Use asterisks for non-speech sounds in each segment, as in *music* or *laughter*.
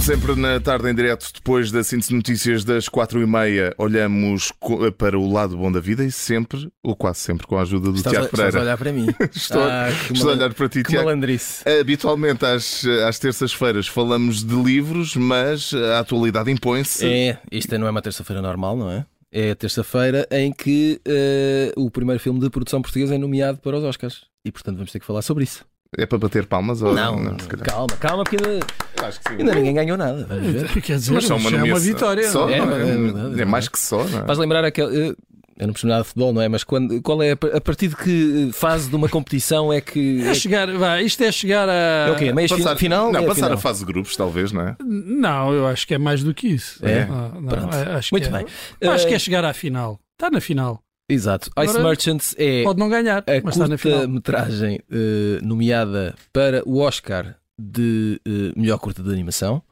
sempre na tarde em direto, depois da síntese de notícias das quatro e meia, olhamos co- para o lado bom da vida e sempre, ou quase sempre, com a ajuda do Estás a, Tiago estás a Pereira. olhar para mim. *laughs* Estou, Ah, que estou a malan- olhar para ti, Que Tiago. malandrice. Habitualmente às, às terças-feiras falamos de livros, mas a atualidade impõe-se. É, isto não é uma terça-feira normal, não é? É a terça-feira em que eh, o primeiro filme de produção portuguesa é nomeado para os Oscars. E portanto vamos ter que falar sobre isso. É, para bater palmas? Ou... se calhar. calma, calma, porque ainda, Acho que sim. ainda ninguém ganhou nada. Vamos ver. É, Quer dizer, Mas só uma, já é uma nomeação. vitória. Só, não é? É, não é verdade, é, é mais que só, não é? Faz lembrar aquele. eh, Eu não percebo nada de futebol, não é? Mas quando, qual é a, par- a partir de que fase de uma competição é que. É chegar, vá, isto é chegar a. É o quê? Meias fi- Passar- final? Não, É passar final. a fase de grupos, talvez, não é? Não, eu acho que é mais do que isso. É? Ah, não, Pronto. a- acho Muito que é. bem. Acho Eh, que é chegar à final. Está na final. Exato. Ice Agora- Merchants é Pode não ganhar, a mas está na final. curta-metragem eh, nomeada para o Oscar de eh, melhor curta de animação.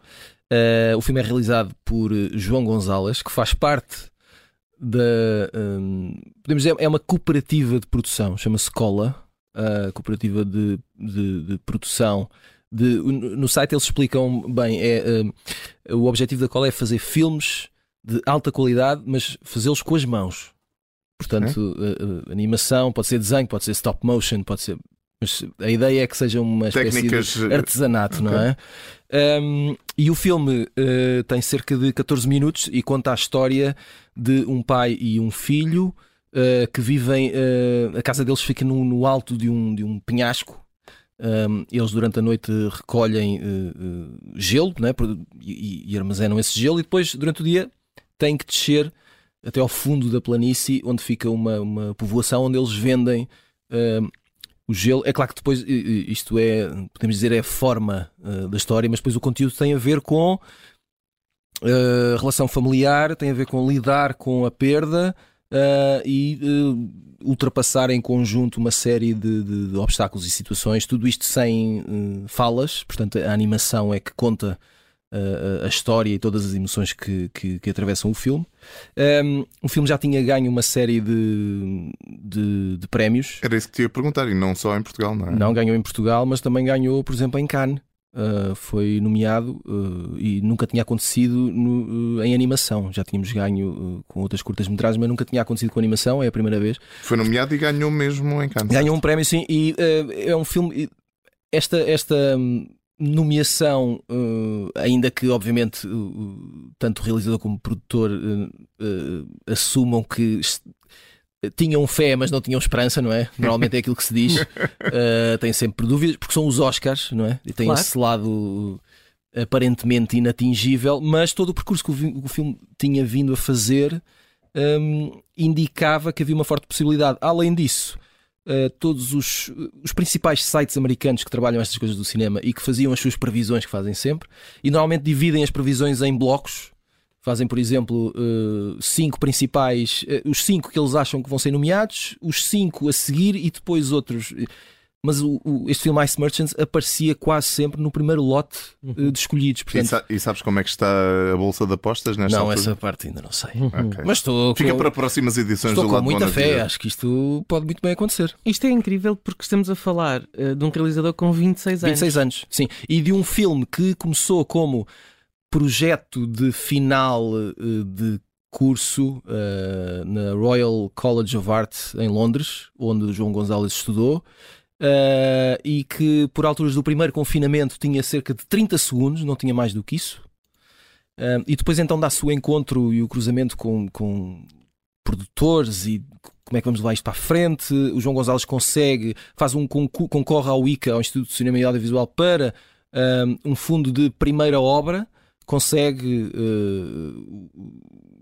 Eh, o filme é realizado por eh, João Gonzalez, que faz parte da. hum, podemos dizer, é uma cooperativa de produção, chama-se Cola, a cooperativa de, de- de produção. de- no no site eles explicam bem: é, hum, o objetivo da Cola é fazer filmes de alta qualidade, mas fazê-los com as mãos. Portanto, eh, eh, animação, pode ser desenho, pode ser stop motion, pode ser. Mas a ideia é que seja uma espécie de- Técnicas. eh, artesanato, não é? Um, e o filme uh, tem cerca de 14 minutos e conta a história de um pai e um filho uh, que vivem. uh, a casa deles fica no, no alto de um, de um penhasco. Um, eles durante a noite recolhem uh, uh, gelo não é? Por- e, e armazenam esse gelo e depois, durante o dia, têm que descer até ao fundo da planície, onde fica uma, uma povoação onde eles vendem um, o gelo, é claro que depois i- i- isto é, podemos dizer, é a forma eh, da história, mas depois o conteúdo tem a ver com eh, relação familiar, tem a ver com lidar com a perda eh, e eh, ultrapassar em conjunto uma série de, de- de obstáculos e situações, tudo isto sem eh, falas, portanto a animação é que conta eh, a- a história e todas as emoções que, que- que atravessam o filme. Um, o filme já tinha ganho uma série de- de- de prémios. Era isso que te ia perguntar, e não só em Portugal, não é? Não ganhou em Portugal, mas também ganhou, por exemplo, em Cannes. Uh, foi nomeado uh, e nunca tinha acontecido no- uh, em animação. Já tínhamos ganho uh, com outras curtas-metragens, mas nunca tinha acontecido com animação, é a primeira vez. Foi nomeado e ganhou mesmo em Cannes. Ganhou um prémio, sim, e uh, é um filme. e Esta, esta hum, nomeação, uh, ainda que, obviamente, uh, tanto o realizador como o produtor uh, uh, assumam que. est- Tinham fé, mas não tinham esperança, não é? Normalmente é aquilo que se diz. Uh, têm sempre dúvidas, porque são os Oscars, não é? E têm Claro. esse lado uh, aparentemente inatingível, mas todo o percurso que o, vi- o filme tinha vindo a fazer um, indicava que havia uma forte possibilidade. Além disso, uh, todos os, os principais sites americanos que trabalham estas coisas do cinema e que faziam as suas previsões, que fazem sempre, e normalmente dividem as previsões em blocos. Fazem, por exemplo, eh, cinco principais, eh, os cinco que eles acham que vão ser nomeados, os cinco a seguir e depois outros. Mas o- o- este filme Ice Merchants aparecia quase sempre no primeiro lote eh, de escolhidos. E, Portanto, sa- e sabes como é que está a bolsa de apostas nesta não, altura? essa parte ainda não sei. Ok. Mas estou Fica com, para próximas edições estou do com Lado Bom muita da fé, Vida. acho que isto pode muito bem acontecer. Isto é incrível porque estamos a falar eh, de um realizador com 26 anos. 26 anos, sim. E de um filme que começou como projeto de final eh, de curso eh, na Royal College of Art em Londres, onde o João Gonzalez estudou, eh, e que por alturas do primeiro confinamento tinha cerca de 30 segundos, não tinha mais do que isso. Eh, e depois então dá-se o encontro e o cruzamento com, com produtores e como é que vamos levar isto para a frente. O João Gonzalez consegue, faz um concurso, concorre ao ICA, ao Instituto de Cinema e Audiovisual, para hum, um fundo de primeira obra, consegue eh,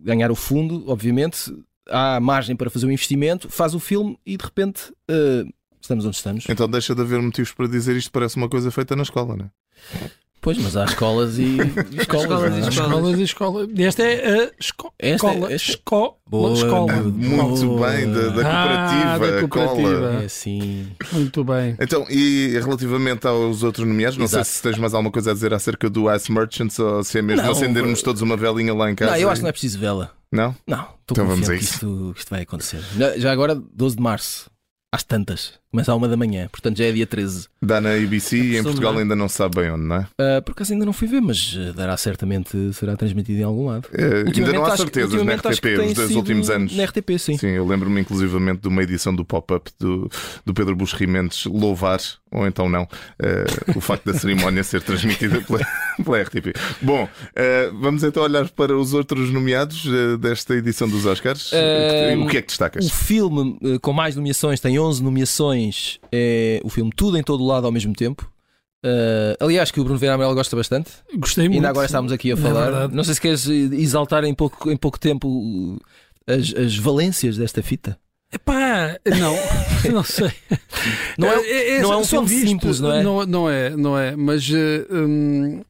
ganhar o fundo, obviamente, há margem para fazer o investimento, faz o filme e de repente eh, estamos onde estamos. Então deixa de haver motivos para dizer isto parece uma coisa feita na escola, não é? Pois, mas há escolas *laughs* e e escolas. Escolas e não é? escolas. Escolas e escola. Esta é a esco... Esta- escola. esta- Esco- Boa. escola. Ah, Muito Boa. bem, da, da cooperativa, Ah, da a cooperativa. cola. É assim. Muito bem. Então, e relativamente aos outros nomeados, não Exato. sei se tens mais alguma coisa a dizer acerca do Ice Merchants ou se é mesmo Não, acendermos todos uma velinha lá em casa. Não, eu acho e- que não é preciso vela. Não? Não, estou Então vamos confiante a que isso. isto, que isto vai acontecer. Já- Já agora, 12 de março, às tantas. Começa à uma da manhã, portanto já é dia 13. Dá na ABC e em Costume, Portugal não é? ainda não se sabe bem onde, não é? Ah, por acaso ainda não fui ver, mas ah, dará certamente, será transmitido em algum lado. Eh, ainda não Ultimamente há acho que- certezas na ultimamente acho que RTP tem os dos sido últimos anos. Na RTP, sim. Sim, eu lembro-me inclusivamente de uma edição do pop-up do, do Pedro Buxo Rimentos louvar, ou então não, eh, o facto da cerimónia ser transmitida pela, *laughs* pela RTP. Bom, eh, vamos então olhar para os outros nomeados eh, desta edição dos Oscars. Eh, o que é que O destacas? filme eh, com mais nomeações tem 11 nomeações. É o filme Tudo em Todo Lado ao mesmo tempo. Ah, aliás, que o Bruno Vieira Amaral gosta bastante. Gostei muito. Ainda agora estávamos aqui a É falar. verdade. não sei se queres eh, exaltar em pouco, em pouco tempo eh, as, as valências desta fita. Epá, *laughs* não, não sei. Não é, não é um só filme visto. simples, não é? Não, não é, não é. Mas eh, hum,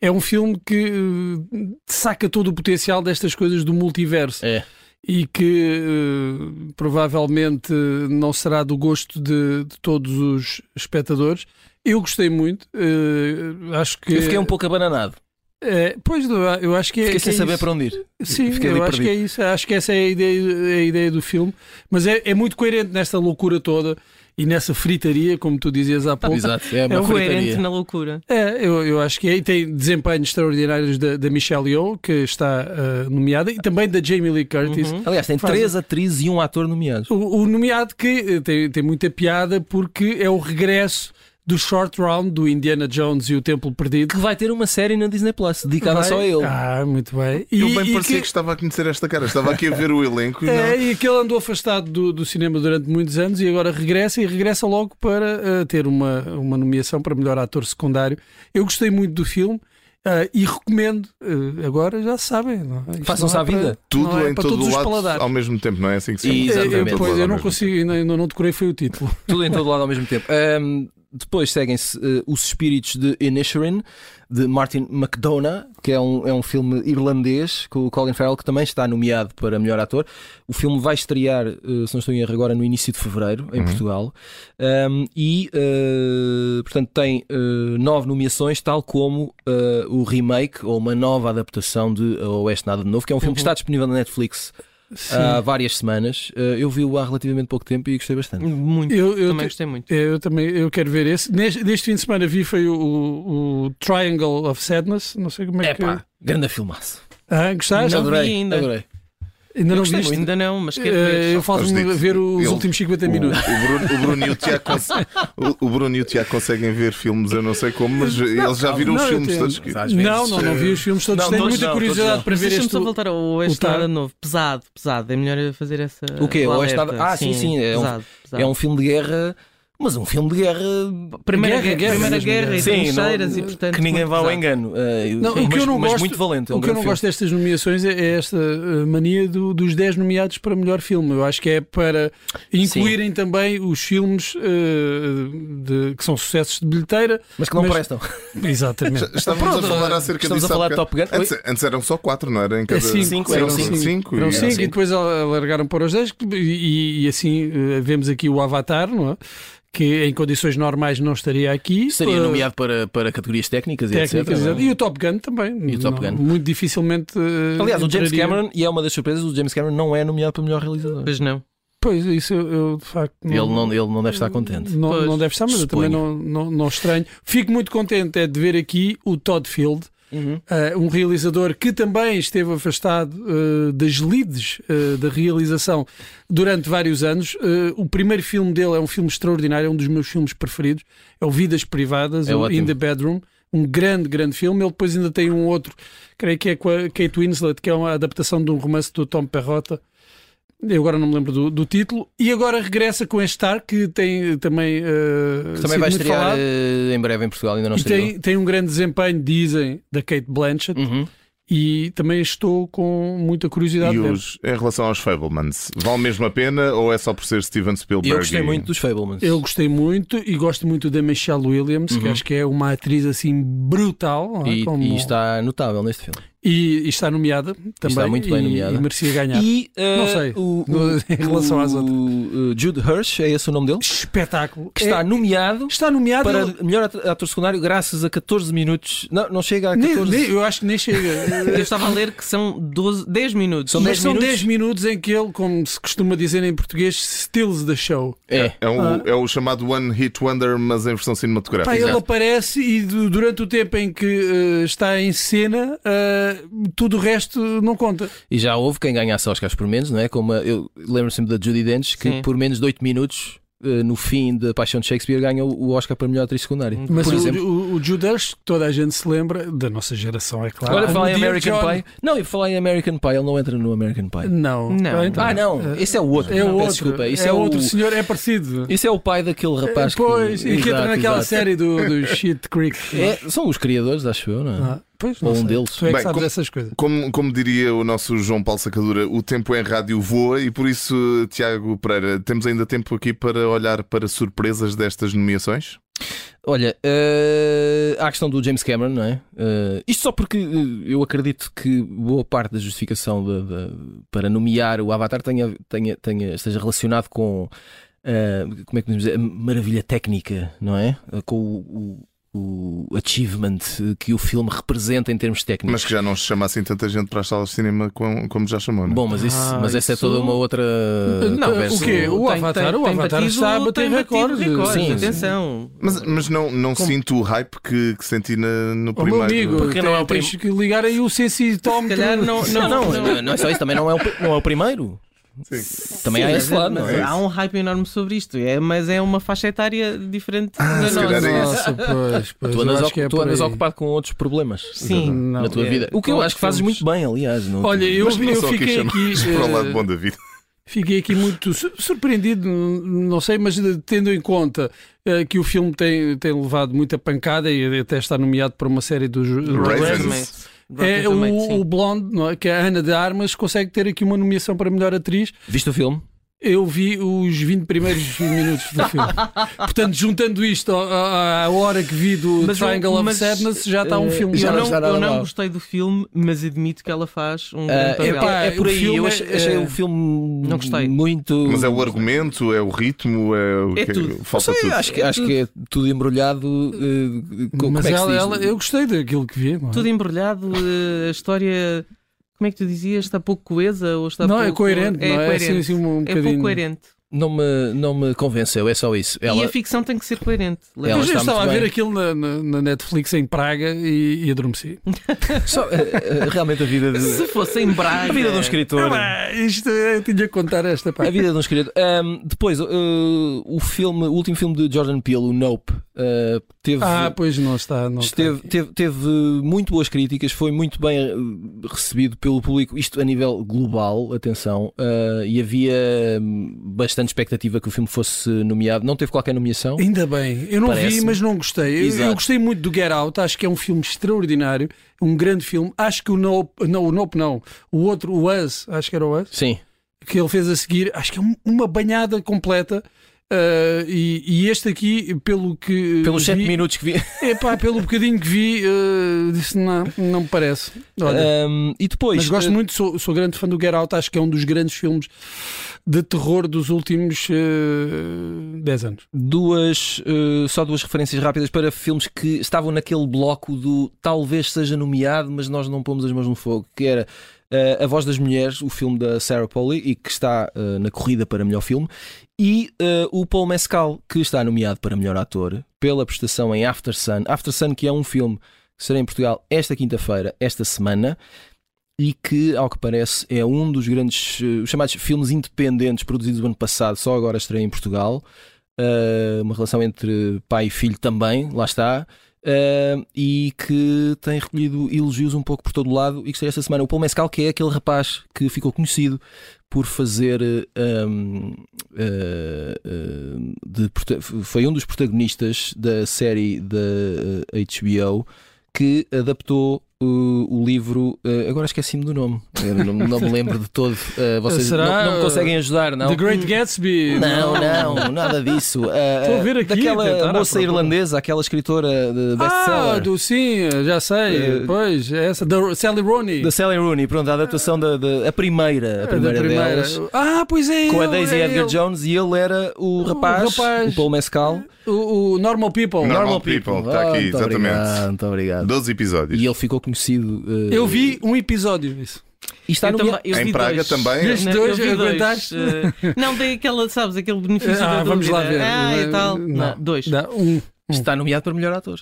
é um filme que eh, saca todo o potencial destas coisas do multiverso É. e que eh, provavelmente eh, não será do gosto de, de todos os espectadores. Eu gostei muito. eh, acho que Eu fiquei um pouco abananado. É, pois eu acho que é. Fiquei que sem é saber isso. para onde ir. Sim, Fiquei ali eu acho perdido. que é isso. Acho que essa é a ideia, a ideia do filme. Mas é, é muito coerente nesta loucura toda e nessa fritaria, como tu dizias há pouco. Exato, é uma É um fritaria. Coerente na loucura. É, eu, eu acho que é. E tem desempenhos extraordinários da, da Michelle Yeoh, que está ah, nomeada, e também da Jamie Lee Curtis. Uhum. Aliás, tem Faz- três atrizes e um ator nomeados. O, o nomeado que eh, tem, tem muita piada porque é o regresso do short round do Indiana Jones e o Templo Perdido. Que vai ter uma série na Disney Plus, dedicada só a ele. Ah, muito bem. E, Eu bem e parecia que... que- estava a conhecer esta cara, estava aqui a ver o elenco e não. *laughs* É, e que ele andou afastado do, do cinema durante muitos anos e agora regressa e regressa logo para ah, ter uma, uma nomeação para melhor ator secundário. Eu gostei muito do filme ah, e recomendo. ah, agora já sabem. não é? Isto Façam-se não é à vida. para- Tudo não é em para todo todos o os lado paladares. ao mesmo tempo, não é assim que se chama? Exatamente. Tudo em Eu, todo pois, lado eu ao não mesmo consigo, ainda não, não decorei, foi o título. Tudo em todo lado ao mesmo tempo. Ahm, depois seguem-se eh, Os Espíritos de Inisherin, de Martin McDonagh, que é um, é um filme irlandês com o Colin Farrell, que também está nomeado para melhor ator. O filme vai estrear, eh, se não estou em erro, agora no início de fevereiro, em Portugal. Ahm, e, eh, portanto, tem eh, nove nomeações, tal como eh, o remake ou uma nova adaptação de A Oeste Nada de Novo, que é um filme que está disponível na Netflix Ah, há várias semanas. Eh, eu vi-o há relativamente pouco tempo e gostei bastante. Muito. Eu, eu, Também te- gostei muito. eu também eu quero ver esse. Neste, neste fim de semana vi foi o, o- o Triangle of Sadness. Não sei como é É que. pá, grande filmaço. Ah, gostaste? Não. adorei, vi ainda. adorei. Ainda Eu não gostei viste? muito, ainda não, mas quero Eh, ver. Eu falta-me Mas ver os ele- últimos 50 O- minutos. O, Bruno, o Bruno e o Tiago conse- o- o Bruno e o Tiago conseguem ver filmes, eu não sei como, mas eles já viram os não, eu filmes tenho. todos. que- Às vezes, Não, não, não vi os filmes todos. Não, Tenho todos muita não, todos curiosidade não. para Mas ver deixa-me este. só voltar ao este tar- nada novo. Pesado, pesado. É melhor eu fazer essa. O quê? O Oeste alerta. Nada- Ah, sim, sim, é um- pesado, pesado. É um filme de guerra, mas um filme de guerra. eh, Primeira Guerra, guerra, guerra, primeira mesmo, guerra e guerra. Sim, trincheiras não- e portanto. que ninguém muito vá ao pesado. engano. Eh, Não, sim, o que mas, eu não mas gosto- muito valente. É um O que eu não grande gosto destas nomeações é é esta eh, mania do- dos 10 nomeados para melhor filme. Eu acho que é para incluírem também os filmes eh, de- que são sucessos de bilheteira. filme. Mas que não Mas- *laughs* prestam. Exatamente. *laughs* Já- Estávamos Pronto, a falar acerca estamos disso. a falar há de bocado. Top Gun. Antes, antes eram só quatro, não era? Em cada... É cinco, eram cinco. cinco. cinco, Eram e- cinco, cinco. e depois alargaram para os 10 e, e assim eh, vemos aqui o Avatar, não é? que em condições normais não estaria aqui. Seria Eh, nomeado para, para categorias técnicas, e etc. técnicas não é? e o Top Gun também. E o Top Não, Gun. Muito dificilmente. eh, Aliás, o James entraria. Cameron, e é uma das surpresas, o James Cameron não é nomeado para melhor realizador. Pois não. Pois, isso eu, eu, de facto. Ele não, ele não deve estar contente. Não, Pois. não deve estar, mas Suponho. eu também não, não, não estranho. Fico muito contente é de ver aqui o Todd Field, Uhum. eh, um realizador que também esteve afastado eh, das leads eh, da realização durante vários anos. Eh, o primeiro filme dele é um filme extraordinário, é um dos meus filmes preferidos. É o Vidas Privadas, É o ótimo. In the Bedroom. Um grande, grande filme. Ele depois ainda tem um outro, creio que é com a Kate Winslet, que é uma adaptação de um romance do Tom Perrotta. Eu agora não me lembro do, do título. E agora regressa com este Star, que tem eh, também. eh, Também sido vai muito estrear falado. eh, em breve em Portugal, ainda não E estreou. tem, tem um grande desempenho, dizem, da Kate Blanchett. Uhum. E também estou com muita E curiosidade de ver. os, em relação aos Fablemans, vale mesmo a pena ou é só por ser Steven Spielberg? Eu gostei e- muito dos Fablemans. Eu gostei muito e gosto muito da Michelle Williams, que Uhum. acho que é uma atriz assim brutal. não é? E, Como- e está notável neste filme. E, e está nomeada também. muito bem e, nomeada. E merecia ganhar. E eh, Não sei. o, No- em relação o, às outras. o, eh, Jude Hirsch, é esse o nome dele? Espetáculo. Que está É- nomeado está nomeado. para melhor at- ator secundário graças a 14 minutos. Não, não chega a Nem- 14. nem- eu acho que *laughs* nem chega. Eu estava a ler que são 12, 10 minutos. São 10 Mas são minutos? 10 minutos em que ele, como se costuma dizer em português, steals the show. É. É o, Ah. é o chamado One Hit Wonder, mas em versão cinematográfica. Pá, ele Exato. aparece e du- durante o tempo em que eh, está em cena, eh, tudo o resto não conta. E já houve quem ganhasse Oscars por menos, não é? Como a- eu lembro sempre da Judy Dench que Sim. por menos de 8 minutos eh, no fim da Paixão de Shakespeare ganha o o Oscar para melhor atriz secundária. Mas por o, exemplo, o, o Judas, que toda a gente se lembra, da nossa geração, é claro. olha, falar em O Dear American John- Pie. Não, eu falar em American Pie, ele não entra no American Pie. Não. Não. Então, ah, não, eh, esse é o outro. É Peço o outro. Desculpa, esse é, é, o outro senhor, é parecido. Esse é o pai daquele rapaz pois, que. e que entra Exato, naquela exato. série do, *laughs* do Shit Creek. É, são os criadores, acho eu, não é? Ah, pois, Ou não um sei. deles. Tu é que Bem, sabes como- essas coisas. Como, como diria o nosso João Paulo Sacadura, o tempo em rádio voa e por isso, Tiago Pereira, temos ainda tempo aqui para olhar para surpresas destas nomeações? Olha, eh, há a questão do James Cameron, não é? Eh, isto só porque eh, eu acredito que boa parte da justificação da- da- para nomear o Avatar tenha, tenha, tenha, esteja relacionado com eh, como é que podemos dizer, a maravilha técnica, não é? Eh, Com o, o- o achievement eh, que o filme representa em termos técnicos. Mas que já não se chama assim tanta gente para as salas de cinema com- como já chamou, não é? Bom, mas, isso, Ah, mas essa é isso- toda uma outra. Não, conversa. o quê? O Tem- Avatar, tem- o tem Avatar batido- está a bater tem batido recordes. Sim, sim. atenção. Mas, mas não, não Como- sinto o hype que, que senti na- no Ó, primeiro. meu amigo, Porque não é o tens que ligar aí o Se sensitómetro. calhar não, um Não, não, não, não, não é só isso, também não é o, pri- não é o primeiro. Também há Sim, esse mas- lado, não mas é? Há um hype enorme sobre isto, é, mas é uma faixa etária diferente da se nossa. calhar é isso. Nossa, pois, pois, Tu eu andas, acho ocu- que é tu por andas aí. ocupado com outros problemas Sim. Não, na tua é. vida. O que eu Com acho que fazes filmes. muito bem, aliás. não- Olha, eu, Mas não eu só aqui fiquei aqui. chamados *laughs* para o lado eh, bom da vida. Fiquei aqui muito su- surpreendido, n- não sei, mas de- tendo em conta eh, que o filme tem, tem levado muita pancada e até está nomeado para uma série dos. Raisins. É, Rotten Tomatoes, o, sim. o Blonde, não é? que é a Ana de Armas, consegue ter aqui uma nomeação para melhor atriz. Viste o filme? Eu vi os 20 primeiros minutos do *laughs* filme. Portanto, juntando isto ao- à, à hora que vi do Mas o- Triangle of mas, Sadness, já está um eh, filme. já eu não não, está nada eu não mal. gostei do filme, mas admito que ela faz um grande Ah, é, papel. pá, é por o aí. filme eu é- achei, achei é- o filme Não gostei. muito. Mas é o argumento, é o ritmo, é o É que tudo. falta Sei, tudo. Acho que, acho que é tudo embrulhado. eh, co- como Mas é que ela, se diz? ela- eu gostei daquilo que vi. não é? Tudo embrulhado, eh, a história, como é que tu dizias? Está pouco coesa ou está não, pouco... é coerente, não é? coerente. Assim, assim, um, um É pouco bocadinho. coerente. Não, me, não me convenceu, é só isso. Ela, E a ficção tem que ser coerente. Ela Mas eu está estava a muito ver bem. aquilo na, na- na Netflix em Praga e, e adormeci. só, eh, eh, realmente a vida *laughs* de, Se fosse em né? Braga... a vida de um escritor. Ah, isto eu tinha que contar esta A parte. vida de um escritor. Ahm, depois, eh, o filme, o último filme de Jordan Peele, o Nope, eh, teve, Ah, pois não está. Não está Esteve- aqui. teve, teve muito boas críticas, foi muito bem eh, recebido pelo público, isto a nível global, atenção, eh, e havia hum, bastante expectativa que o filme fosse nomeado. Não teve qualquer nomeação. Ainda bem, eu não vi, Parece-me. mas não gostei. Eu, Exato. eu gostei muito do Get Out, acho que é um filme extraordinário, um grande filme. Acho que o Nope, não, o Nope não, o outro, o Us, acho que era o Us, Sim, que ele fez a seguir, acho que é um- uma banhada completa. Ah, e, e este aqui, pelo que. pelos 7 vi, minutos que vi. Epá, pelo bocadinho que vi, ah, disse não, não me parece. Olha, *laughs* Ahm, e depois. Mas gosto eh, muito, sou, sou grande fã do Get Out, acho que é um dos grandes filmes de terror dos últimos eh, 10 anos. Duas, eh, só duas referências rápidas para filmes que estavam naquele bloco do talvez seja nomeado, mas nós não pomos as mãos no fogo, que era eh, A Voz das Mulheres, o filme da Sarah Polley, e que está eh, na corrida para melhor filme, e eh, o Paul Mescal, que está nomeado para melhor ator pela prestação em After Sun. After Sun, que é um filme que será em Portugal esta quinta-feira, esta semana, e que, ao que parece, é um dos grandes, eh, os chamados filmes independentes produzidos o ano passado, só agora estreia em Portugal. Eh, uma relação entre pai e filho também, lá está. Eh, e que tem recolhido elogios um pouco por todo lado e que estreia esta semana. O Paul Mescal, que é aquele rapaz que ficou conhecido por fazer eh, um, eh, eh, de prota- foi um dos ah, protagonistas da série da eh, HBO que adaptou o, o livro. eh, agora esqueci-me do nome. Eu não, não me lembro de todo. Eh, vocês Será, não, não me eh, conseguem ajudar, não? The Great Gatsby. Não, não, nada disso. Eh, Estou a ver aqui, Daquela tentar à moça procura. irlandesa, aquela escritora de *laughs* tá. Ah, best-seller. do sim, já sei. Eh, pois, é essa, da Sally Rooney. É Da Sally Rooney, pronto, a adaptação da, da- a primeira, a primeira, delas, Ah, pois é. com a ele, Daisy é Edgar ele. Jones e ele era o O rapaz, o, rapaz. Paul Mescal. é O, o Normal People. Normal People, está aqui, Ah, muito exatamente. Obrigado, muito obrigado. 12 episódios. E ele ficou conhecido. eh, Eu vi um episódio disso. E está Eu no também- guia- eu Em vi Praga dois. também. é? Eu- Viste eu dois, vi dois. aguentaste? Eh, *laughs* Não, dei aquela, sabes, aquele benefício Ah, da vamos dúvida. lá ver. Ah, e tal. Não. Não, dois. Dá um. está nomeado para melhor ator.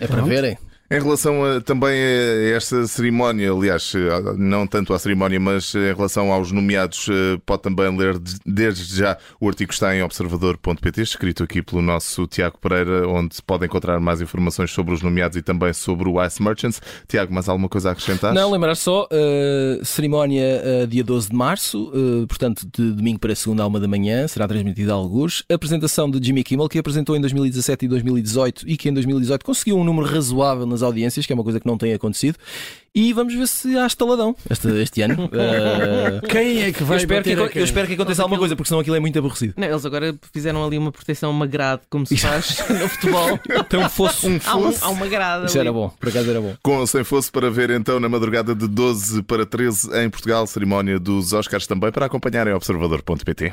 É para Pronto. verem. Em relação a, também a esta cerimónia, aliás, eh, não tanto à cerimónia, mas eh, em relação aos nomeados, eh, pode também ler de- desde já o artigo que está em observador.pt, escrito aqui pelo nosso Tiago Pereira, onde se pode encontrar mais informações sobre os nomeados e também sobre o Ice Merchants. Tiago, mais alguma coisa a acrescentar? Não, lembrar só, uh, cerimónia uh, dia 12 de março, uh, portanto, de domingo para segunda à uma da manhã, será transmitida a alguns. Apresentação de Jimmy Kimmel, que apresentou em 2017 e 2018 e que em 2018 conseguiu um número razoável nas audiências, que é uma coisa que não tem acontecido. E vamos ver se há estaladão este, este ano. Uh, Quem é que eu, vai espero que, bater a aco- quem? eu espero que aconteça alguma coisa, porque senão aquilo é muito *laughs* aborrecido. Não, eles agora fizeram ali uma proteção, uma grade, como se *laughs* faz no futebol. Então fosse um Há, um- há uma grade. Isso ali. era bom, por acaso era bom. Com ou sem fosse para ver então na madrugada de 12 para 13 em Portugal, cerimónia dos Oscars também para acompanhar em observador.pt.